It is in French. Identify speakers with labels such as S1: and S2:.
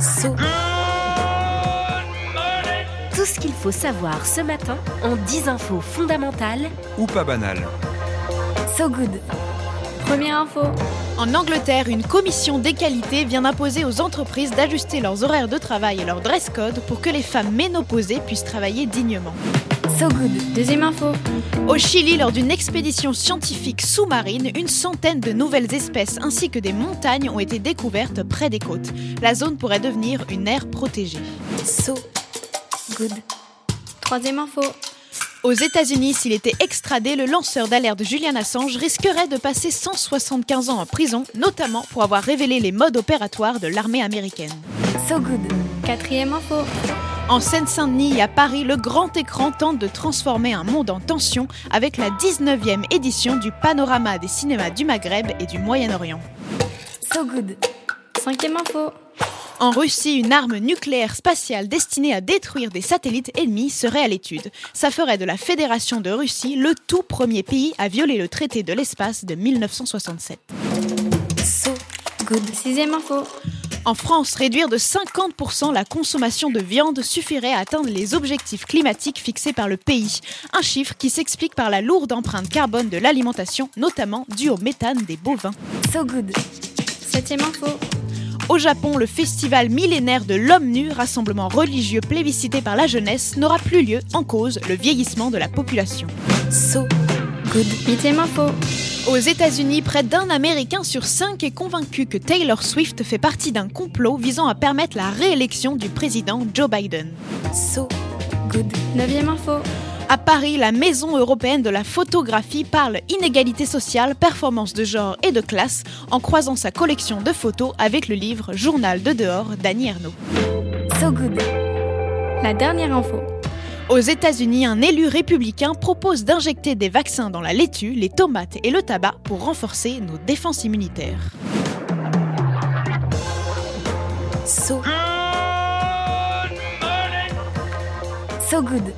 S1: So. Tout ce qu'il faut savoir ce matin en 10 infos fondamentales.
S2: Ou pas banal.
S1: So good. Première info.
S3: En Angleterre, une commission d'égalité vient d'imposer aux entreprises d'ajuster leurs horaires de travail et leur dress code pour que les femmes ménopausées puissent travailler dignement.
S1: So good. Deuxième info.
S3: Au Chili, lors d'une expédition scientifique sous-marine, une centaine de nouvelles espèces ainsi que des montagnes ont été découvertes près des côtes. La zone pourrait devenir une aire protégée.
S1: So good. Troisième info.
S3: Aux États-Unis, s'il était extradé, le lanceur d'alerte Julian Assange risquerait de passer 175 ans en prison, notamment pour avoir révélé les modes opératoires de l'armée américaine.
S1: So good. Quatrième info.
S3: En Seine-Saint-Denis et à Paris, le grand écran tente de transformer un monde en tension avec la 19e édition du Panorama des cinémas du Maghreb et du Moyen-Orient.
S1: So good. Cinquième info.
S3: En Russie, une arme nucléaire spatiale destinée à détruire des satellites ennemis serait à l'étude. Ça ferait de la Fédération de Russie le tout premier pays à violer le traité de l'espace de 1967.
S1: So good. Sixième info.
S3: En France, réduire de 50% la consommation de viande suffirait à atteindre les objectifs climatiques fixés par le pays. Un chiffre qui s'explique par la lourde empreinte carbone de l'alimentation, notamment due au méthane des bovins.
S1: So good. Septième info.
S3: Au Japon, le festival millénaire de l'homme nu, rassemblement religieux plébiscité par la jeunesse, n'aura plus lieu en cause le vieillissement de la population.
S1: So good. Huitième info.
S3: Aux États-Unis, près d'un Américain sur cinq est convaincu que Taylor Swift fait partie d'un complot visant à permettre la réélection du président Joe Biden.
S1: So good. Neuvième info.
S3: À Paris, la Maison européenne de la photographie parle inégalité sociale, performance de genre et de classe en croisant sa collection de photos avec le livre Journal de dehors d'Annie Ernaux.
S1: So good. La dernière info.
S3: Aux États-Unis, un élu républicain propose d'injecter des vaccins dans la laitue, les tomates et le tabac pour renforcer nos défenses immunitaires.
S1: So. So good.